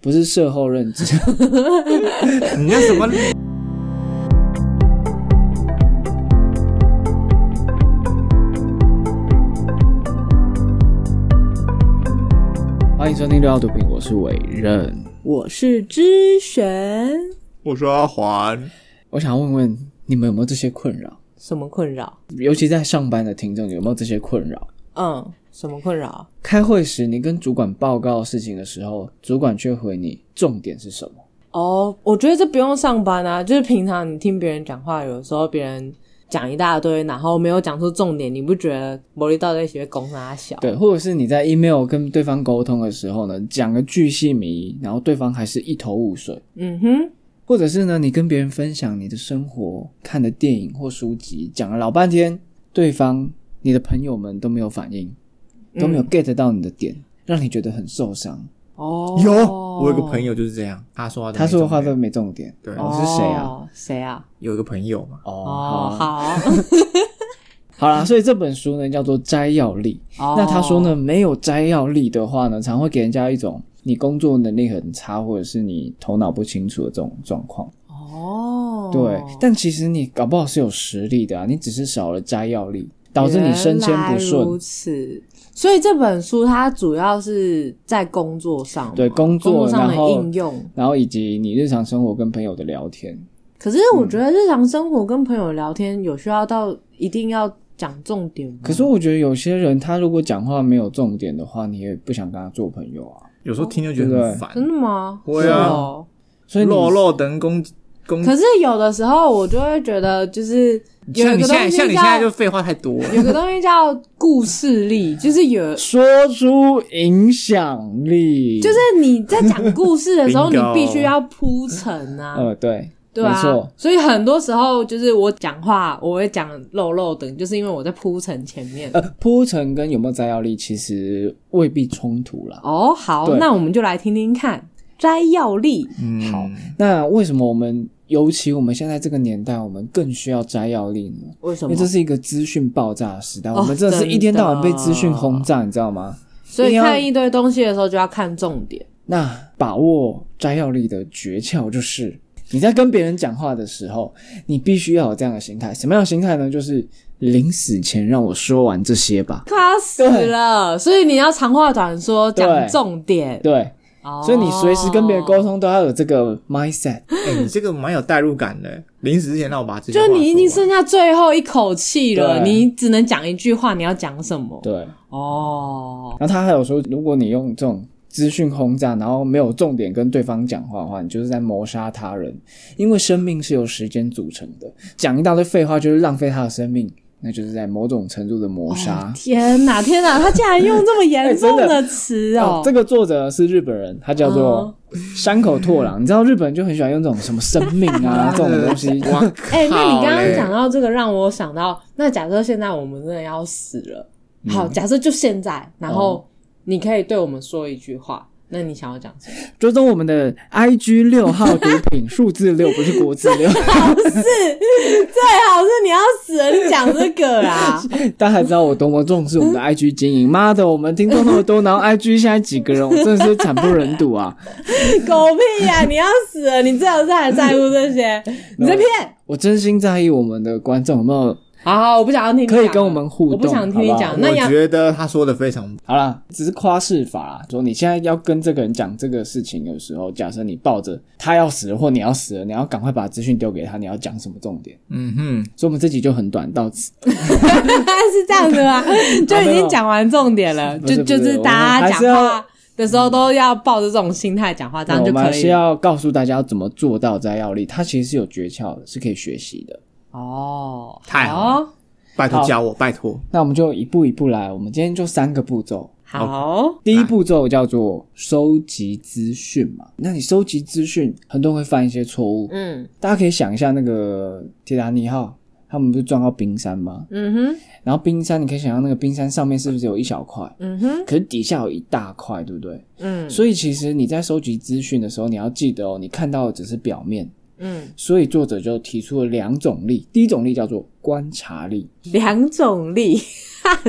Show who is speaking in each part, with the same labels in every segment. Speaker 1: 不是事后认知。
Speaker 2: 你那什么？
Speaker 1: 欢迎收听六号毒品，我是伟任。
Speaker 3: 我是之璇，
Speaker 2: 我说阿环，
Speaker 1: 我想问问你们有没有这些困扰？
Speaker 3: 什么困扰？
Speaker 1: 尤其在上班的听众有没有这些困扰？
Speaker 3: 嗯，什么困扰？
Speaker 1: 开会时，你跟主管报告事情的时候，主管却回你重点是什么？
Speaker 3: 哦、我觉得这不用上班啊，就是平常你听别人讲话，有时候别人讲一大堆，然后没有讲出重点，你不觉得魔力到在一起会攻他小？
Speaker 1: 对，或者是你在 email 跟对方沟通的时候呢，讲个巨细靡遗，然后对方还是一头雾水。
Speaker 3: 嗯哼，
Speaker 1: 或者是呢，你跟别人分享你的生活、看的电影或书籍，讲了老半天，对方、你的朋友们都没有反应，都没有 get 到你的点，让你觉得很受伤。
Speaker 3: 哦，
Speaker 2: 有我有个朋友就是这样，他说
Speaker 1: 他说的话都
Speaker 2: 的
Speaker 1: 没重点。
Speaker 2: 对
Speaker 1: 哦是谁啊？
Speaker 3: 哦？谁啊？
Speaker 2: 有一个朋友嘛，
Speaker 1: 哦，
Speaker 3: 哦，
Speaker 1: 好啊，
Speaker 3: 好，
Speaker 1: 好啦，所以这本书呢叫做《摘要力》。
Speaker 3: 哦
Speaker 1: 那他说呢，，没有摘要力的话呢，常会给人家一种你工作能力很差，或者是你头脑不清楚的这种状况。
Speaker 3: 哦，
Speaker 1: 对，但其实你搞不好是有实力的啊，你只是少了摘要力，导致你升迁不
Speaker 3: 原来如
Speaker 1: 顺。
Speaker 3: 此，所以这本书它主要是在工作上嘛，
Speaker 1: 对工作
Speaker 3: 工作上的
Speaker 1: 然后
Speaker 3: 应用。
Speaker 1: 然后以及你日常生活跟朋友的聊天，
Speaker 3: 可是
Speaker 1: 嗯
Speaker 3: 我觉得日常生活跟朋友聊天有需要到一定要讲重点吗？
Speaker 1: 可是我觉得有些人他如果讲话没有重点的话，你也不想跟他做朋友啊。
Speaker 2: 有时候听就觉得很烦，
Speaker 3: 真的吗？
Speaker 2: 会啊
Speaker 3: 是哦
Speaker 1: 所以你
Speaker 2: 肉肉等攻攻。
Speaker 3: 可是有的时候我就会觉得，就是有
Speaker 2: 像
Speaker 3: 一
Speaker 2: 你
Speaker 3: 个
Speaker 2: 现在，
Speaker 3: 东西
Speaker 2: 像你现在就
Speaker 3: 叫
Speaker 2: 废话太多了。
Speaker 3: 有个东西叫故事力，就是 有。
Speaker 1: 说出影响力，
Speaker 3: 就是你在讲故事的 时候，你
Speaker 2: Bingo
Speaker 3: 必须要铺陈 啊，
Speaker 1: 呃，对，
Speaker 3: 对
Speaker 1: 没
Speaker 3: 啊
Speaker 1: 错，
Speaker 3: 所以很多时候就是我讲话，我会讲漏漏等，就是因为我在铺陈前面。
Speaker 1: 呃，铺陈跟有没有摘要力其实未必冲突啦。
Speaker 3: 哦，好
Speaker 1: 对，
Speaker 3: 那我们就来听听看摘要力。
Speaker 2: 嗯，
Speaker 1: 好那为什么我们，尤其我们现在这个年代，我们更需要摘要力呢？
Speaker 3: 为什
Speaker 1: 因
Speaker 3: 么
Speaker 1: 为？这是一个资讯爆炸的时代，
Speaker 3: 哦
Speaker 1: 我们真的是
Speaker 3: 真的
Speaker 1: 一天到晚被资讯轰炸，你知道吗？
Speaker 3: 所以
Speaker 1: 一定
Speaker 3: 看
Speaker 1: 要
Speaker 3: 一堆东西的时候就要看重 点。
Speaker 1: 那把握摘要力的诀窍就是，你在跟别人讲话的时候，你必须要有这样的心态。什么样的心态呢？就是临死前让我说完这些吧。
Speaker 3: 卡死了，所以你要长话短说，
Speaker 1: 对
Speaker 3: 讲重点。
Speaker 1: 对，
Speaker 3: 哦
Speaker 1: 所以你随时跟别人沟，通都要有这个 mindset。
Speaker 2: 哎，你这个蛮有代入感的。临死之前让我把这些
Speaker 3: 就
Speaker 2: 话说完
Speaker 3: 你已经剩下最后一口气了，
Speaker 1: 对
Speaker 3: 你只能讲一句话，你要讲什么？
Speaker 1: 对，然
Speaker 3: 哦，
Speaker 1: 后他还有说，如果你用这种资讯轰炸，然后没有重点跟对方讲话的话，你就是在谋杀他人，因为生命是由时间组成的，讲一大堆废话就是浪费他的生命，那就是在某种程度的谋杀。
Speaker 3: 哦天哪，天哪，他竟然用这么严重
Speaker 1: 哎真
Speaker 3: 的词哦！
Speaker 1: 这个作者是日本人，他叫做山口拓郎。你知道日本人就很喜欢用这种什么生命啊这种东西。
Speaker 2: 哇靠！
Speaker 3: 哎、那你刚刚
Speaker 2: 嘞
Speaker 3: 讲到这个，让我想到，那假设现在我们真的要死了，好，假设就现在，然
Speaker 1: 嗯哦
Speaker 3: 后你可以对我们说一句话，那你想要讲 什么？
Speaker 1: 追踪我们的 IG 六号毒品数字六，不是国字六。
Speaker 3: 最好是你要死了，你讲这个 啦。
Speaker 1: 大家还知道我多么重视我们
Speaker 3: 嗯
Speaker 1: 的 IG 经营。妈的，我们听众那么 多，然后 IG 现在几个人，我真的是惨不忍睹啊！
Speaker 3: 狗屁呀、你要死了，你最好是还在乎这些，你在骗。
Speaker 1: 我真心在意我们的观众有没有。
Speaker 3: 好好，我不想要听你讲
Speaker 1: 可以跟我们互动
Speaker 3: 我不想听你
Speaker 1: 好
Speaker 3: 讲。
Speaker 1: 不
Speaker 3: 那
Speaker 2: 我
Speaker 3: 要
Speaker 2: 觉得他说的非常
Speaker 1: 好啦，只是夸饰法啦。说你现在要跟这个人讲这个事情的时候，假设你抱着他要死了或你要死了，你要赶快把资讯丢给他，你要讲什么重点？
Speaker 2: 嗯哼，
Speaker 1: 所以我们这集就很短，到此。
Speaker 3: 是这样 的
Speaker 1: 啊
Speaker 3: 吗？ 就已经讲完重点了，
Speaker 1: 不是
Speaker 3: 就
Speaker 1: 不是
Speaker 3: 就是大
Speaker 1: 我们还
Speaker 3: 家
Speaker 1: 是
Speaker 3: 讲
Speaker 1: 要
Speaker 3: 话的时候都要抱着这种心态讲话，这样
Speaker 1: 我
Speaker 3: 就
Speaker 1: 们还
Speaker 3: 可
Speaker 1: 是
Speaker 3: 以了。
Speaker 1: 要告诉大家要怎么做到摘要力，它其实是有诀窍的，是可以学习的。
Speaker 3: 哦，
Speaker 2: 太好
Speaker 3: 好，
Speaker 2: 拜托
Speaker 1: 好
Speaker 2: 教我，拜托。
Speaker 1: 那我们就一步一步来，我们今天就三个步骤。
Speaker 3: 好。
Speaker 1: 第一步骤叫做收集资讯嘛，那你收集资讯，很多人会犯一些错误。
Speaker 3: 嗯
Speaker 1: 大家可以想一下那个铁达尼号，他们不是撞到冰山吗？
Speaker 3: 嗯哼，
Speaker 1: 然后冰山，你可以想象那个冰山上面是不是有一小块，
Speaker 3: 嗯哼，
Speaker 1: 可是底下有一大块，对不对？
Speaker 3: 嗯
Speaker 1: 所以其实你在收集资讯的时候，你要记得哦，你看到的只是表面。
Speaker 3: 嗯，
Speaker 1: 所以作 者就提出了两种力，第一种力叫做观察力，
Speaker 3: 两种力，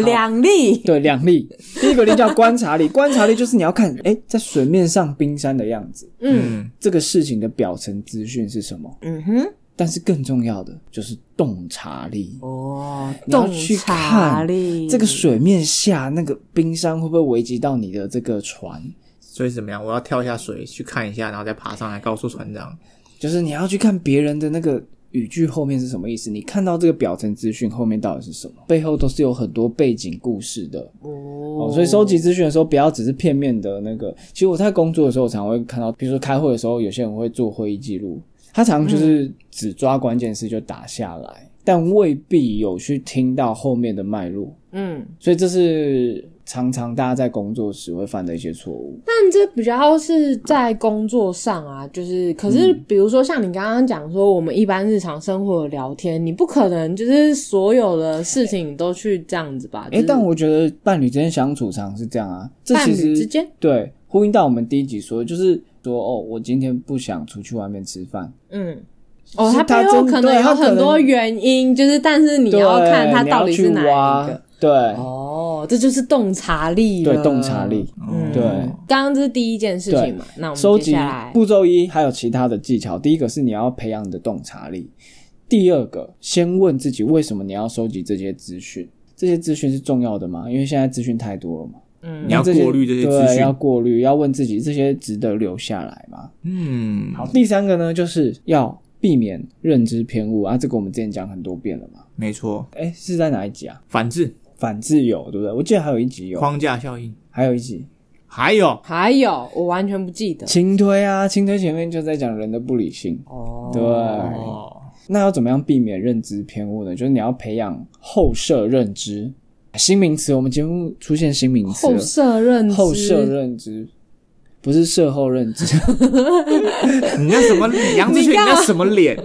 Speaker 3: 两粒，
Speaker 1: 对，两例。第一个例叫观察力，观察力就是你要看，哎、在水面上冰山的样子，
Speaker 3: 嗯
Speaker 2: 嗯，
Speaker 1: 这个事情的表层资讯是什么？
Speaker 3: 嗯哼，
Speaker 1: 但是更重要的就是洞察力，
Speaker 3: 哦，
Speaker 1: 你要
Speaker 3: 洞
Speaker 1: 去
Speaker 3: 察
Speaker 1: 看
Speaker 3: 力，
Speaker 1: 这个水面下那个冰山会不会危及到你的这个船？
Speaker 2: 所以怎么样？我要跳下水去看一下，然后再爬上来告诉船长。
Speaker 1: 就是你要去看别人的那个语句后面是什么意思，你看到这个表层资讯后面到底是什么，背后都是有很多背景故事的。
Speaker 3: 哦
Speaker 1: 哦，所以收集资讯的时候，不要只是片面的那个。其实我在工作的时候，我常会看到，比如说开会的时候，有些人会做会议记录，他常
Speaker 3: 嗯
Speaker 1: 就是只抓关键字就打下来，但未必有去听到后面的脉络。
Speaker 3: 嗯，
Speaker 1: 所以这是常常大家在工作时会犯的一些错误。
Speaker 3: 但这比较是在工作上啊，就是可是
Speaker 1: 嗯
Speaker 3: 比如说像你刚刚讲说，我们一般日常生活的聊天，你不可能就是所有的事情都去这样子吧？
Speaker 1: 诶、
Speaker 3: 就是
Speaker 1: 但我觉得伴侣之间相处常是这样啊，这
Speaker 3: 伴
Speaker 1: 其
Speaker 3: 侣
Speaker 1: 实
Speaker 3: 之间，
Speaker 1: 对，呼应到我们第一集说的，就是说哦，我今天不想出去外面吃饭。
Speaker 3: 嗯。哦，
Speaker 1: 是
Speaker 3: 他
Speaker 1: 他
Speaker 3: 背后
Speaker 1: 真
Speaker 3: 可
Speaker 1: 对
Speaker 3: 能有
Speaker 1: 他可
Speaker 3: 很多
Speaker 1: 能
Speaker 3: 原因，就是但是你
Speaker 1: 对
Speaker 3: 要看他
Speaker 1: 你要
Speaker 3: 到底
Speaker 1: 去
Speaker 3: 是哪
Speaker 1: 挖
Speaker 3: 一个。
Speaker 1: 对，
Speaker 3: 哦，这就是洞察力了，
Speaker 1: 对，洞察力。
Speaker 3: 嗯，
Speaker 1: 对
Speaker 3: 刚刚这是第一件事情嘛，那我
Speaker 1: 收
Speaker 3: 们接
Speaker 1: 集
Speaker 3: 下来，
Speaker 1: 步骤一还有其他的技巧，第一个是你要培养你的洞察力，第二个先问自己为什么你要收集这些资讯。这些资讯是重要的吗？因为现在资讯太多了嘛，
Speaker 3: 嗯
Speaker 2: 你要
Speaker 1: 那些
Speaker 2: 过滤这些
Speaker 1: 对啊
Speaker 2: 资讯
Speaker 1: 要过滤，要问自己这些值得留下来吗？
Speaker 2: 嗯，
Speaker 1: 好，第三个呢，就是要避免认知偏误啊，这个我们之前讲很多遍了嘛。
Speaker 2: 没错，
Speaker 1: 哎，是在哪一集啊？
Speaker 2: 反制
Speaker 1: 反自由，对不对？我记得还有一集有，
Speaker 2: 框架效应，
Speaker 1: 还有一集
Speaker 2: 还有
Speaker 3: 还有我完全不记得
Speaker 1: 轻推啊，轻推前面就在讲人的不理性，
Speaker 3: 哦
Speaker 1: 对
Speaker 2: 哦，
Speaker 1: 那要怎么样避免认知偏误呢？就是你要培养后设认知，新名词，我们节目出现新名词了
Speaker 3: 后摄认知，
Speaker 1: 后设认知，不是事后认知，
Speaker 2: 你那什么杨志
Speaker 3: 你
Speaker 2: 群，你
Speaker 3: 干嘛
Speaker 2: 那什么脸？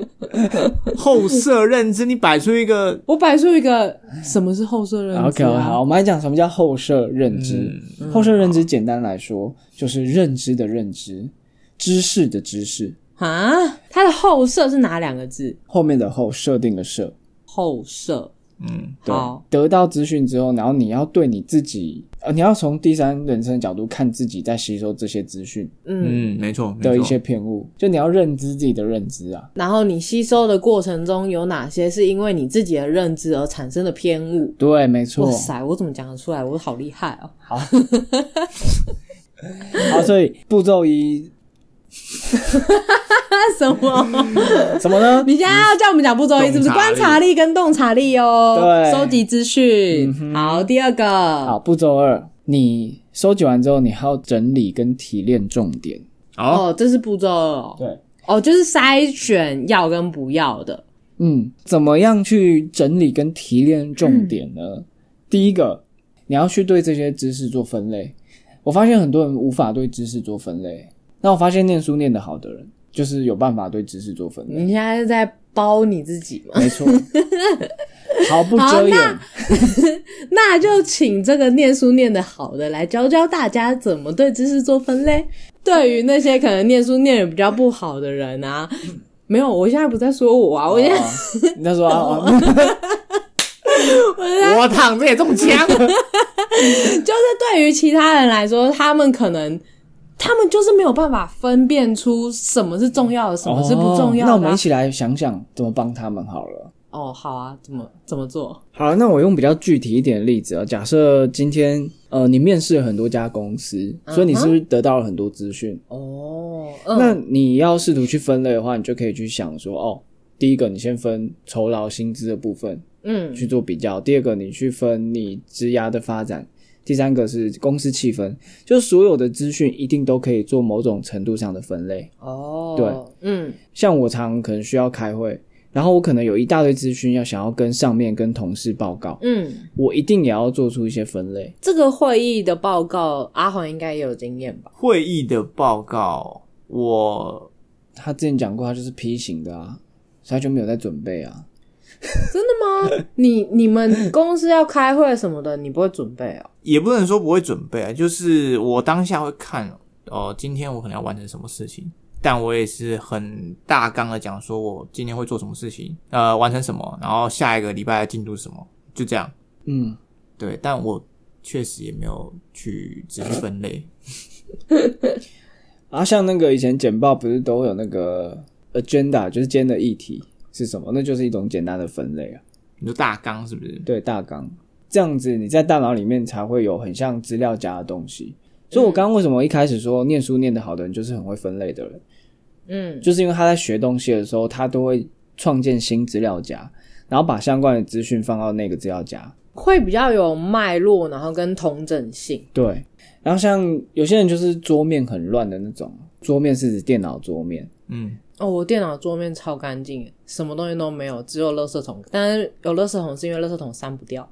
Speaker 2: 后设认知，你摆出一个
Speaker 3: 我摆出一个什么是后摄认知、
Speaker 1: OK，
Speaker 3: 啊
Speaker 1: 好，我们来讲什么叫后设认知。
Speaker 2: 嗯
Speaker 1: 后设认知简单来说，就是认知的认知，知识的知识，
Speaker 3: 啊，它的后摄是哪两个字？
Speaker 1: 后面的后设定的设。
Speaker 3: 后摄，
Speaker 2: 嗯，
Speaker 1: 对
Speaker 3: 好，
Speaker 1: 得到资讯之后，然后你要对你自己，呃，你要从第三人称的角度看自己在吸收这些资讯
Speaker 3: 嗯。
Speaker 2: 嗯，没错，没错
Speaker 1: 的一些偏误，就你要认知自己的认知啊。
Speaker 3: 然后你吸收的过程中有哪些是因为你自己的认知而产生的偏误？
Speaker 1: 对，没错
Speaker 3: 哇。塞，我怎么讲得出来？我好厉害哦！
Speaker 1: 好，好，所以步骤一
Speaker 3: 那什么？
Speaker 1: 什么呢？
Speaker 3: 你现在要叫我们讲步骤一，是不
Speaker 2: 洞
Speaker 3: 是？
Speaker 2: 察
Speaker 3: 观
Speaker 2: 力
Speaker 3: 察力跟洞察力哦，
Speaker 1: 对嗯
Speaker 3: 收集资讯。好，第二个，
Speaker 1: 好，步骤二，你收集完之后，你还要整理跟提炼重点。
Speaker 2: 哦，
Speaker 3: 哦，这是步骤二哦，
Speaker 1: 对，
Speaker 3: 哦，就是筛选要跟不要的。
Speaker 1: 嗯，怎么样去整理跟提炼重点呢？
Speaker 3: 嗯
Speaker 1: 第一个，你要去对这些知识做分类。我发现很多人无法对知识做分类，那我发现念书念得好的人，就是有办法对知识做分类。
Speaker 3: 你现在是在包你自己吗？
Speaker 1: 没 错，毫不
Speaker 3: 好
Speaker 1: 遮掩。
Speaker 3: 那那就请这个念书念得好的来教教大家怎么对知识做分类。对于那些可能念书念得比较不好的人啊，没有，我现在不在说我啊，我现在、
Speaker 1: 哦你在说啊？哦
Speaker 2: 我躺着也中枪，
Speaker 3: 就是对于其他人来说，他们可能。他们就是没有办法分辨出什么是重要的，什么是不重要的
Speaker 1: 哦那
Speaker 3: 啊、
Speaker 1: 我们一起来想想怎么帮他们好了。
Speaker 3: 哦，好啊，怎么怎么做？
Speaker 1: 好了，那我用比较具体一点的例子啊，假设今天呃你面试了很多家公司，所以你是不是得到了很多资讯？
Speaker 3: 哦，
Speaker 1: 那
Speaker 3: 嗯，
Speaker 1: 你要试图去分类的话，你就可以去想说，哦，第一个你先分酬劳薪资的部分
Speaker 3: 嗯，
Speaker 1: 去做比较，第二个你去分你职涯的发展，第三个是公司气氛，就所有的资讯一定都可以做某种程度上的分类。
Speaker 3: 哦，对，嗯，
Speaker 1: 像我常可能需要开会，然后我可能有一大堆资讯要想要跟上面跟同事报告，
Speaker 3: 嗯，
Speaker 1: 我一定也要做出一些分类。
Speaker 3: 这个会议的报告，阿黄应该也有经验吧？
Speaker 2: 会议的报告，我
Speaker 1: 他之前讲过，他就是 P 型的啊，所以他就没有在准备啊。
Speaker 3: 真的吗？你你们公司要开会什么的，你不会准备哦？
Speaker 2: 也不能说不会准备啊，就是我当下会看哦、呃今天我可能要完成什么事情，但我也是很大纲的讲说我今天会做什么事情，呃，完成什么，然后下一个礼拜的进度是什么，就这样。
Speaker 1: 嗯，
Speaker 2: 对，但我确实也没有去仔细分类。
Speaker 1: 啊，像那个以前简报不是都有那个 agenda，就是今天的议题是什么？那就是一种简单的分类啊。
Speaker 2: 你说大纲是不是？
Speaker 1: 对大纲，这样子你在大脑里面才会有很像资料夹的东西。所以我刚刚为什么一开始说念书念得好的人就是很会分类的人，
Speaker 3: 嗯，
Speaker 1: 就是因为他在学东西的时候，他都会创建新资料夹，然后把相关的资讯放到那个资料夹。
Speaker 3: 会比较有脉络，然后跟同整性。
Speaker 1: 对，然后像有些人就是桌面很乱的那种，桌面是指电脑桌面。
Speaker 2: 嗯，
Speaker 3: 哦，我电脑桌面超干净，什么东西都没有，只有垃圾桶。但是有垃圾桶是因为垃圾桶删不掉。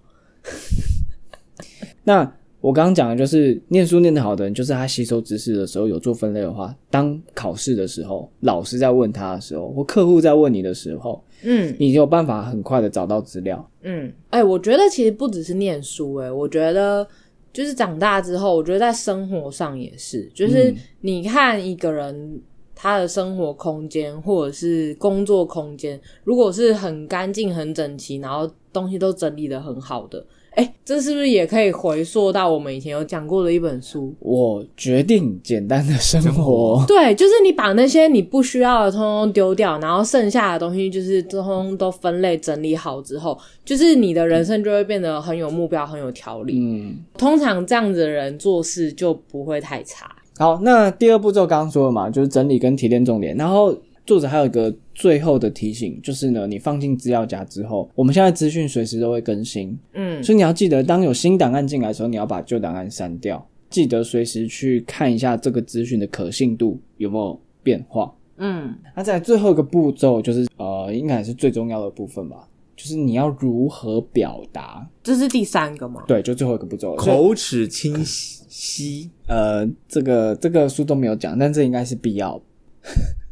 Speaker 1: 那我刚刚讲的就是念书念得好的人，就是他吸收知识的时候有做分类的话，当考试的时候，老师在问他的时候，或客户在问你的时候，
Speaker 3: 嗯
Speaker 1: 你有办法很快的找到资料。
Speaker 3: 嗯，哎、我觉得其实不只是念书、哎，我觉得就是长大之后，我觉得在生活上也是，就是
Speaker 1: 嗯
Speaker 3: 你看一个人。他的生活空间或者是工作空间，如果是很干净、很整齐，然后东西都整理的很好的，哎、这是不是也可以回溯到我们以前有讲过的一本书？
Speaker 1: 我决定简单的生活，
Speaker 3: 对，就是你把那些你不需要的通通丢掉，然后剩下的东西就是通通都分类整理好之后，就是你的人生就会变得很有目标、很有条理。
Speaker 1: 嗯，
Speaker 3: 通常这样子的人做事就不会太差。
Speaker 1: 好，那第二步骤刚刚说了嘛，就是整理跟提炼重点。然后作者还有一个最后的提醒，就是呢，你放进资料夹之后，我们现在资讯随时都会更新，
Speaker 3: 嗯
Speaker 1: 所以你要记得，当有新档案进来的时候，你要把旧档案删掉，记得随时去看一下这个资讯的可信度有没有变化。
Speaker 3: 嗯
Speaker 1: 那在最后一个步骤，就是呃，应该也是最重要的部分吧，就是你要如何表达。
Speaker 3: 这是第三个嘛？
Speaker 1: 对，就最后一个步骤了。所以
Speaker 2: 口齿清晰，
Speaker 1: 呃，这个这个书都没有讲，但这应该是必要。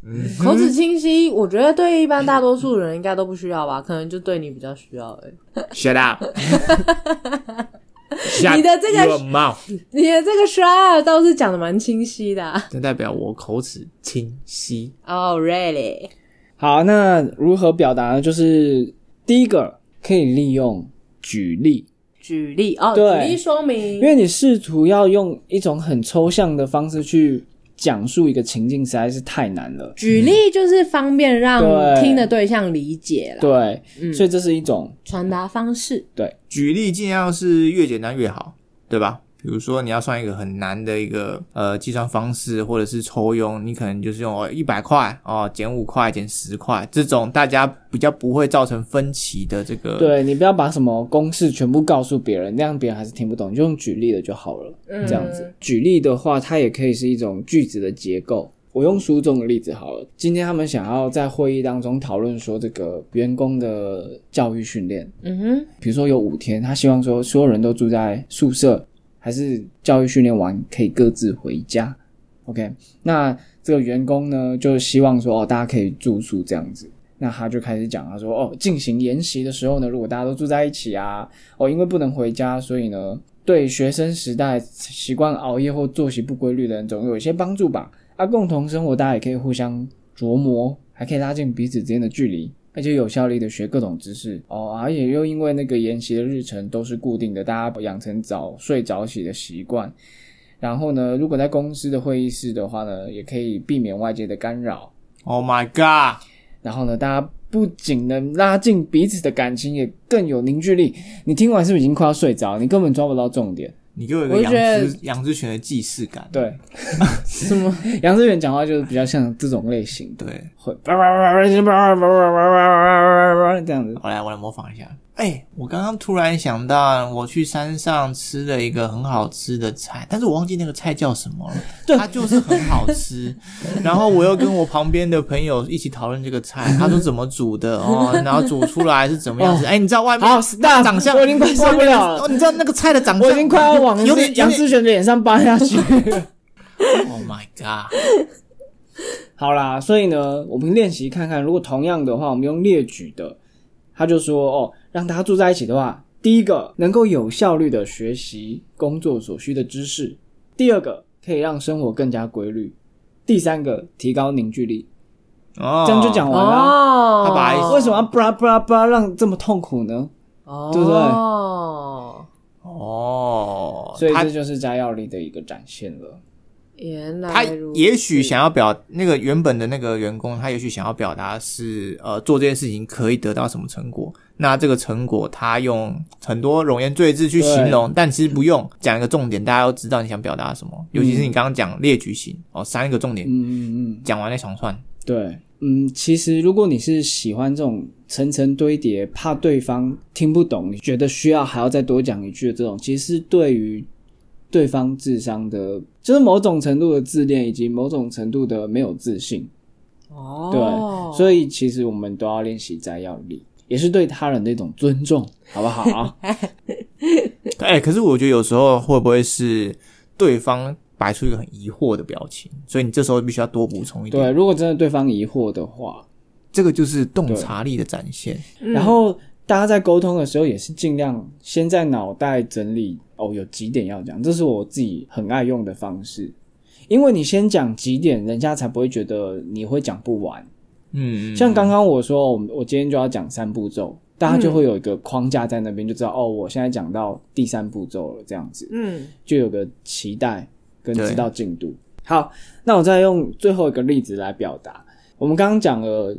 Speaker 2: 嗯，
Speaker 3: 口齿清晰，我觉得对一般大多数人应该都不需要吧，可能就对你比较需要、欸。
Speaker 2: Shut up！Shut
Speaker 3: 你的这个
Speaker 2: your mouth，
Speaker 3: 你的这个 s h r 倒是讲的蛮清晰的、啊。
Speaker 2: 这代表我口齿清晰。
Speaker 3: Oh really？
Speaker 1: 好，那如何表达呢？就是第一个可以利用举例，
Speaker 3: 举例哦，
Speaker 1: 对
Speaker 3: 举例说
Speaker 1: 因
Speaker 3: 明。
Speaker 1: 为你试图要用一种很抽象的方式去讲述一个情境，实在是太难了。
Speaker 3: 举例就是方便让
Speaker 1: 嗯对
Speaker 3: 听的对象理解啦，
Speaker 1: 对，
Speaker 3: 嗯
Speaker 1: 所以这是一种
Speaker 3: 传达方式。
Speaker 2: 举例尽量是越简单越好，对吧？比如说你要算一个很难的一个呃计算方式，或者是抽佣，你可能就是用一百块哦，减五块，减十块这种，大家比较不会造成分歧的这个。，
Speaker 1: 对你不要把什么公式全部告诉别人，那样别人还是听不懂，你就用举例的就好了。
Speaker 3: 嗯
Speaker 1: 这样子，举例的话，它也可以是一种句子的结构。我用书中的例子好了，今天他们想要在会议当中讨论说这个员工的教育训练，
Speaker 3: 嗯哼，
Speaker 1: 比如说有五天，他希望说所有人都住在宿舍，还是教育训练完可以各自回家。OK，那这个员工呢，就希望说哦，大家可以住宿这样子。那他就开始讲，他说哦，进行研习的时候呢，如果大家都住在一起啊，哦，因为不能回家，所以呢，对学生时代习惯熬夜或作息不规律的人总有一些帮助吧。啊，共同生活大家也可以互相琢磨，还可以拉近彼此之间的距离，而且有效率的学各种知识哦。而且又因为那个研习的日程都是固定的，大家养成早睡早起的习惯。然后呢，如果在公司的会议室的话呢，也可以避免外界的干扰。
Speaker 2: Oh my god！
Speaker 1: 然后呢，大家不仅能拉近彼此的感情，也更有凝聚力。你听完是不是已经快要睡着？你根本抓不到重点。
Speaker 2: 你给我一
Speaker 3: 我
Speaker 2: 个
Speaker 3: 觉
Speaker 2: 杨
Speaker 3: 得
Speaker 2: 之杨之泉的既视感。
Speaker 1: 对，
Speaker 3: 什么？
Speaker 1: 杨致远讲话就是比较像这种类型的，
Speaker 2: 对，
Speaker 1: 会叭叭叭叭叭叭叭叭叭叭这样子。
Speaker 2: 我来我来模仿一下。哎、我刚刚突然想到，我去山上吃了一个很好吃的菜，但是我忘记那个菜叫什么了。它就是很好 吃。然后我又跟我旁边的朋友一起讨论这个菜，他说怎么煮的哦，然后煮出来是怎么样子。哎、你知道外面
Speaker 1: 哦好，stop！
Speaker 2: 长相，
Speaker 1: 我已经快受不了了
Speaker 2: 哦，你知道那个菜的长相，
Speaker 1: 我已经快要往
Speaker 2: 有点
Speaker 1: 杨
Speaker 2: 有点
Speaker 1: 志全的脸上扒下去。
Speaker 2: Oh my god！
Speaker 1: 好啦，所以呢，我们练习看看，如果同样的话，我们用列举的，他就说哦，让大家住在一起的话，第一个能够有效率的学习工作所需的知识，第二个可以让生活更加规律，第三个提高凝聚力，
Speaker 2: 哦，
Speaker 1: 这样就讲完啦。
Speaker 3: 哦，
Speaker 2: 他把哦
Speaker 1: 为什么要布拉布拉布拉让这么痛苦呢？
Speaker 3: 哦，
Speaker 1: 对不对
Speaker 3: 哦，
Speaker 1: 所以
Speaker 2: 哦他
Speaker 1: 这就是摘要里的一个展现了。
Speaker 3: 原
Speaker 2: 他
Speaker 3: 来如
Speaker 2: 也许
Speaker 3: 此
Speaker 2: 想要表那个原本的那个员工，他也许想要表达是呃做这件事情可以得到什么成果。那这个成果，他用很多冗言赘字去形容，但其实不用讲一个重点，大家都知道你想表达什么。尤其是你刚刚讲列举型哦，三个重
Speaker 1: 嗯
Speaker 2: 点
Speaker 1: 嗯嗯嗯，
Speaker 2: 讲完那长串，
Speaker 1: 对，嗯，其实如果你是喜欢这种层层堆叠，怕对方听不懂，你觉得需要还要再多讲一句的这种，其实是对于对方智商的，就是某种程度的自恋，以及某种程度的没有自信。对，
Speaker 3: 哦，
Speaker 1: 所以其实我们都要练习摘要力，也是对他人的一种尊重，好不啊好？
Speaker 2: 哎、可是我觉得有时候会不会是对方摆出一个很疑惑的表情，所以你这时候必须要多补充一
Speaker 1: 对，
Speaker 2: 点。
Speaker 1: 如果真的对方疑惑的话，
Speaker 2: 这个就是洞察力的展现。
Speaker 3: 嗯
Speaker 1: 然后大家在沟通的时候也是尽量先在脑袋整理哦，有几点要讲，这是我自己很爱用的方式，因为你先讲几点，人家才不会觉得你会讲不完。
Speaker 2: 嗯，嗯
Speaker 1: 像刚刚我说，我们我今天就要讲三步骤，大家就会有一个框架在那边，就知道、哦，我现在讲到第三步骤了，这样子。
Speaker 3: 嗯
Speaker 1: 就有个期待跟
Speaker 2: 对
Speaker 1: 知道进度。好，那我再用最后一个例子来表达。我们刚刚讲了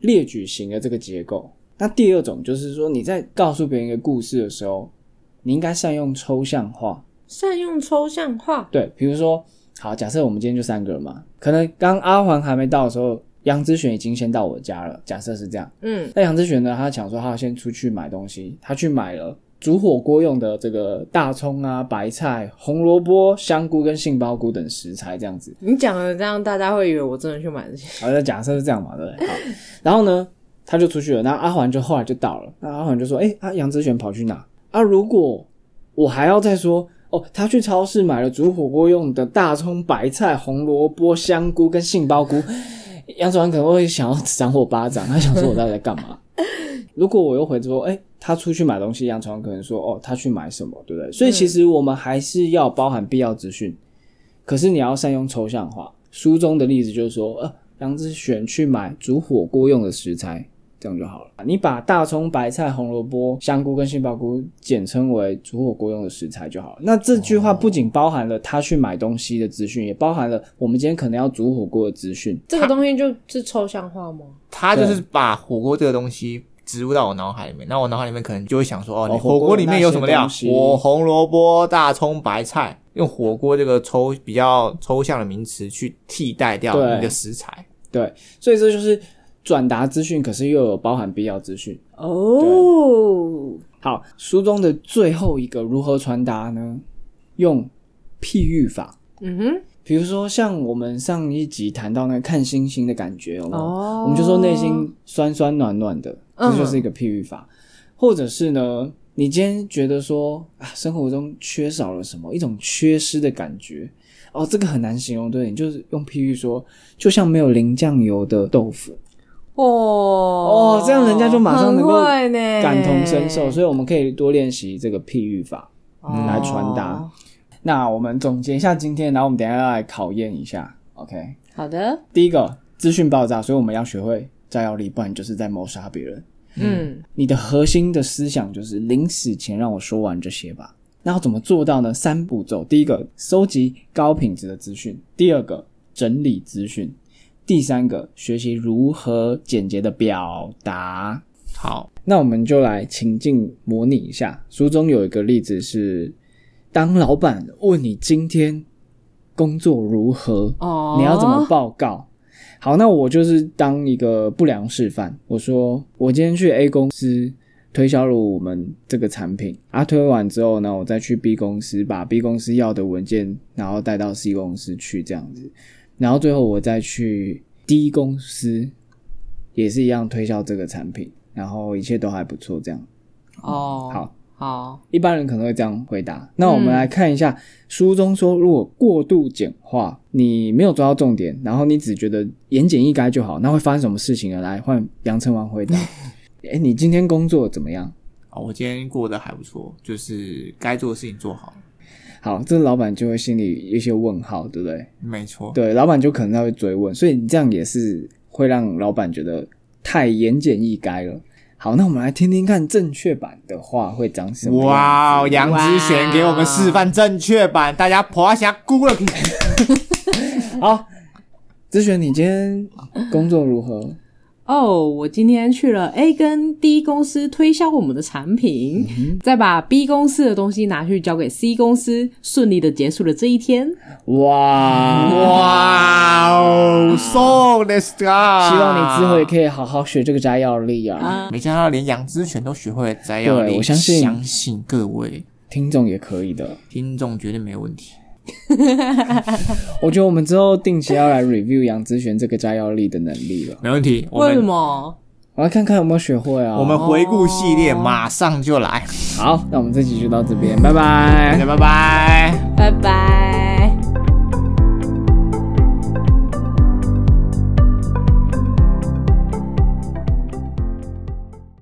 Speaker 1: 列举型的这个结构，那第二种就是说你在告诉别人一个故事的时候，你应该善用抽象化。
Speaker 3: 善用抽象化，
Speaker 1: 对，比如说，好，假设我们今天就三个人嘛，可能刚阿环还没到的时候，杨之璇已经先到我家了。假设是这样，
Speaker 3: 嗯
Speaker 1: 那杨之璇呢，他想说他要先出去买东西，他去买了煮火锅用的这个大葱啊、白菜、红萝卜、香菇跟杏鲍菇等食材这样子。
Speaker 3: 你讲的这样，大家会以为我真的去买这些。
Speaker 1: 好，那假设是这样嘛，对不对？好，然后呢，他就出去了，那阿环就后来就到了，那阿环就说：“哎、啊，杨之璇跑去哪？啊，如果我还要再说。”哦，他去超市买了煮火锅用的大葱、白菜、红萝卜、香菇跟杏鲍菇，杨子涵可能会想要赏我巴掌，他想说我到底在干嘛？ 如果我又回说，哎、他出去买东西，杨子涵可能说，哦，他去买什么，对不对？所以其实我们还是要包含必要资讯，可是你要善用抽象化。书中的例子就是说，呃，杨之璇去买煮火锅用的食材，这样就好了。你把大葱、白菜、红萝卜、香菇跟杏鲍菇简称为煮火锅用的食材就好了。那这句话不仅包含了他去买东西的资讯，也包含了我们今天可能要煮火锅的资讯。
Speaker 3: 这个东西就是抽象化吗？
Speaker 2: 他就是把火锅这个东西植入到我脑海里面，那我脑海里面可能就会想说，哦，你
Speaker 1: 哦火
Speaker 2: 火
Speaker 1: 锅
Speaker 2: 锅
Speaker 1: 里
Speaker 2: 里
Speaker 1: 面
Speaker 2: 面
Speaker 1: 有
Speaker 2: 有
Speaker 1: 什
Speaker 2: 什
Speaker 1: 么
Speaker 2: 么
Speaker 1: 料
Speaker 2: 料？我红萝卜、大葱、白菜，用火锅这个抽比较抽象的名词去替代掉
Speaker 1: 对
Speaker 2: 你的食材。
Speaker 1: 对，所以这就是转达资讯，可是又有包含必要资讯。
Speaker 3: 哦，
Speaker 1: 好，书中的最后一个如何传达呢？用譬喻法，
Speaker 3: 嗯哼，
Speaker 1: 比如说像我们上一集谈到那个看星星的感觉，有没有？
Speaker 3: 哦
Speaker 1: 我们就说内心酸酸暖暖的，
Speaker 3: 嗯
Speaker 1: 这就是一个譬喻法。或者是呢，你今天觉得说啊，生活中缺少了什么，一种缺失的感觉。哦，这个很难形容，对你就是用譬喻说，就像没有淋酱油的豆腐，
Speaker 3: 哦
Speaker 1: 哦
Speaker 3: 哦，
Speaker 1: 这样人家就马上能够
Speaker 3: 很会呢
Speaker 1: 感同身受，所以我们可以多练习这个譬喻法。
Speaker 3: 哦
Speaker 1: 来传达那我们总结一下今天，然后我们等一下来考验一下。OK，
Speaker 3: 好的，
Speaker 1: 第一个资讯爆炸，所以我们要学会摘要力，不然就是在谋杀别人。
Speaker 3: 嗯，
Speaker 1: 你的核心的思想就是临死前让我说完这些吧。那要怎么做到呢？三步骤：第一个，收集高品质的资讯；第二个，整理资讯；第三个，学习如何简洁的表达。
Speaker 2: 好，
Speaker 1: 那我们就来情境模拟一下。书中有一个例子是，当老板问你今天工作如何，
Speaker 3: 哦，
Speaker 1: 你要怎么？报告？好，那我就是当一个不良示范。我说我今天去 A 公司推销了我们这个产品，啊，推完之后呢，我再去 B 公司把 B 公司要的文件，然后带到 C 公司去这样子，然后最后我再去 D 公司，也是一样推销这个产品，然后一切都还不错这样。
Speaker 3: 哦，
Speaker 1: 好，
Speaker 3: 好，
Speaker 1: 一般人可能会这样回答。那我们
Speaker 3: 嗯
Speaker 1: 来看一下书中说，如果过度简化，你没有抓到重点，然后你只觉得言简意赅就好，那会发生什么事情呢？来换杨成王回答。哎、你今天工作怎么样？
Speaker 2: 好，我今天过得还不错，就是该做的事情做好了，
Speaker 1: 好，这老板就会心里一些问号，对不对？
Speaker 2: 没错。
Speaker 1: 对，老板就可能他会追问，所以你这样也是会让老板觉得太言简意赅了。好，那我们来听听看正确版的话会长什么样子。
Speaker 2: 哇哦，杨之璇给我们示范正确版，大家爬下咕了。
Speaker 1: 好，子璇，你今天工作如何？
Speaker 3: 哦，我今天去了 A 跟 D 公司推销我们的产品，
Speaker 1: 嗯
Speaker 3: 再把 B 公司的东西拿去交给 C 公司，顺利的结束了这一天。
Speaker 1: 哇，
Speaker 2: 哇哦，so the star！
Speaker 1: 希望你之后也可以好好学这个摘要力啊，
Speaker 2: 没想到连养殖犬都学会了摘要
Speaker 1: 对
Speaker 2: 力，
Speaker 1: 我相信
Speaker 2: 相信各位
Speaker 1: 听众也可以的。
Speaker 2: 听众绝对没问题。
Speaker 1: 我觉得我们之后定期要来 review 杨之璇这个摘要力的能力了，
Speaker 2: 没问题，我
Speaker 3: 为什
Speaker 2: 们
Speaker 3: 么？
Speaker 1: 我来看看有没有学会啊。
Speaker 2: 我们回顾系列
Speaker 3: 哦
Speaker 2: 马上就来，
Speaker 1: 好，那我们这集就到这边，拜拜
Speaker 2: 大家拜拜。
Speaker 3: 拜拜。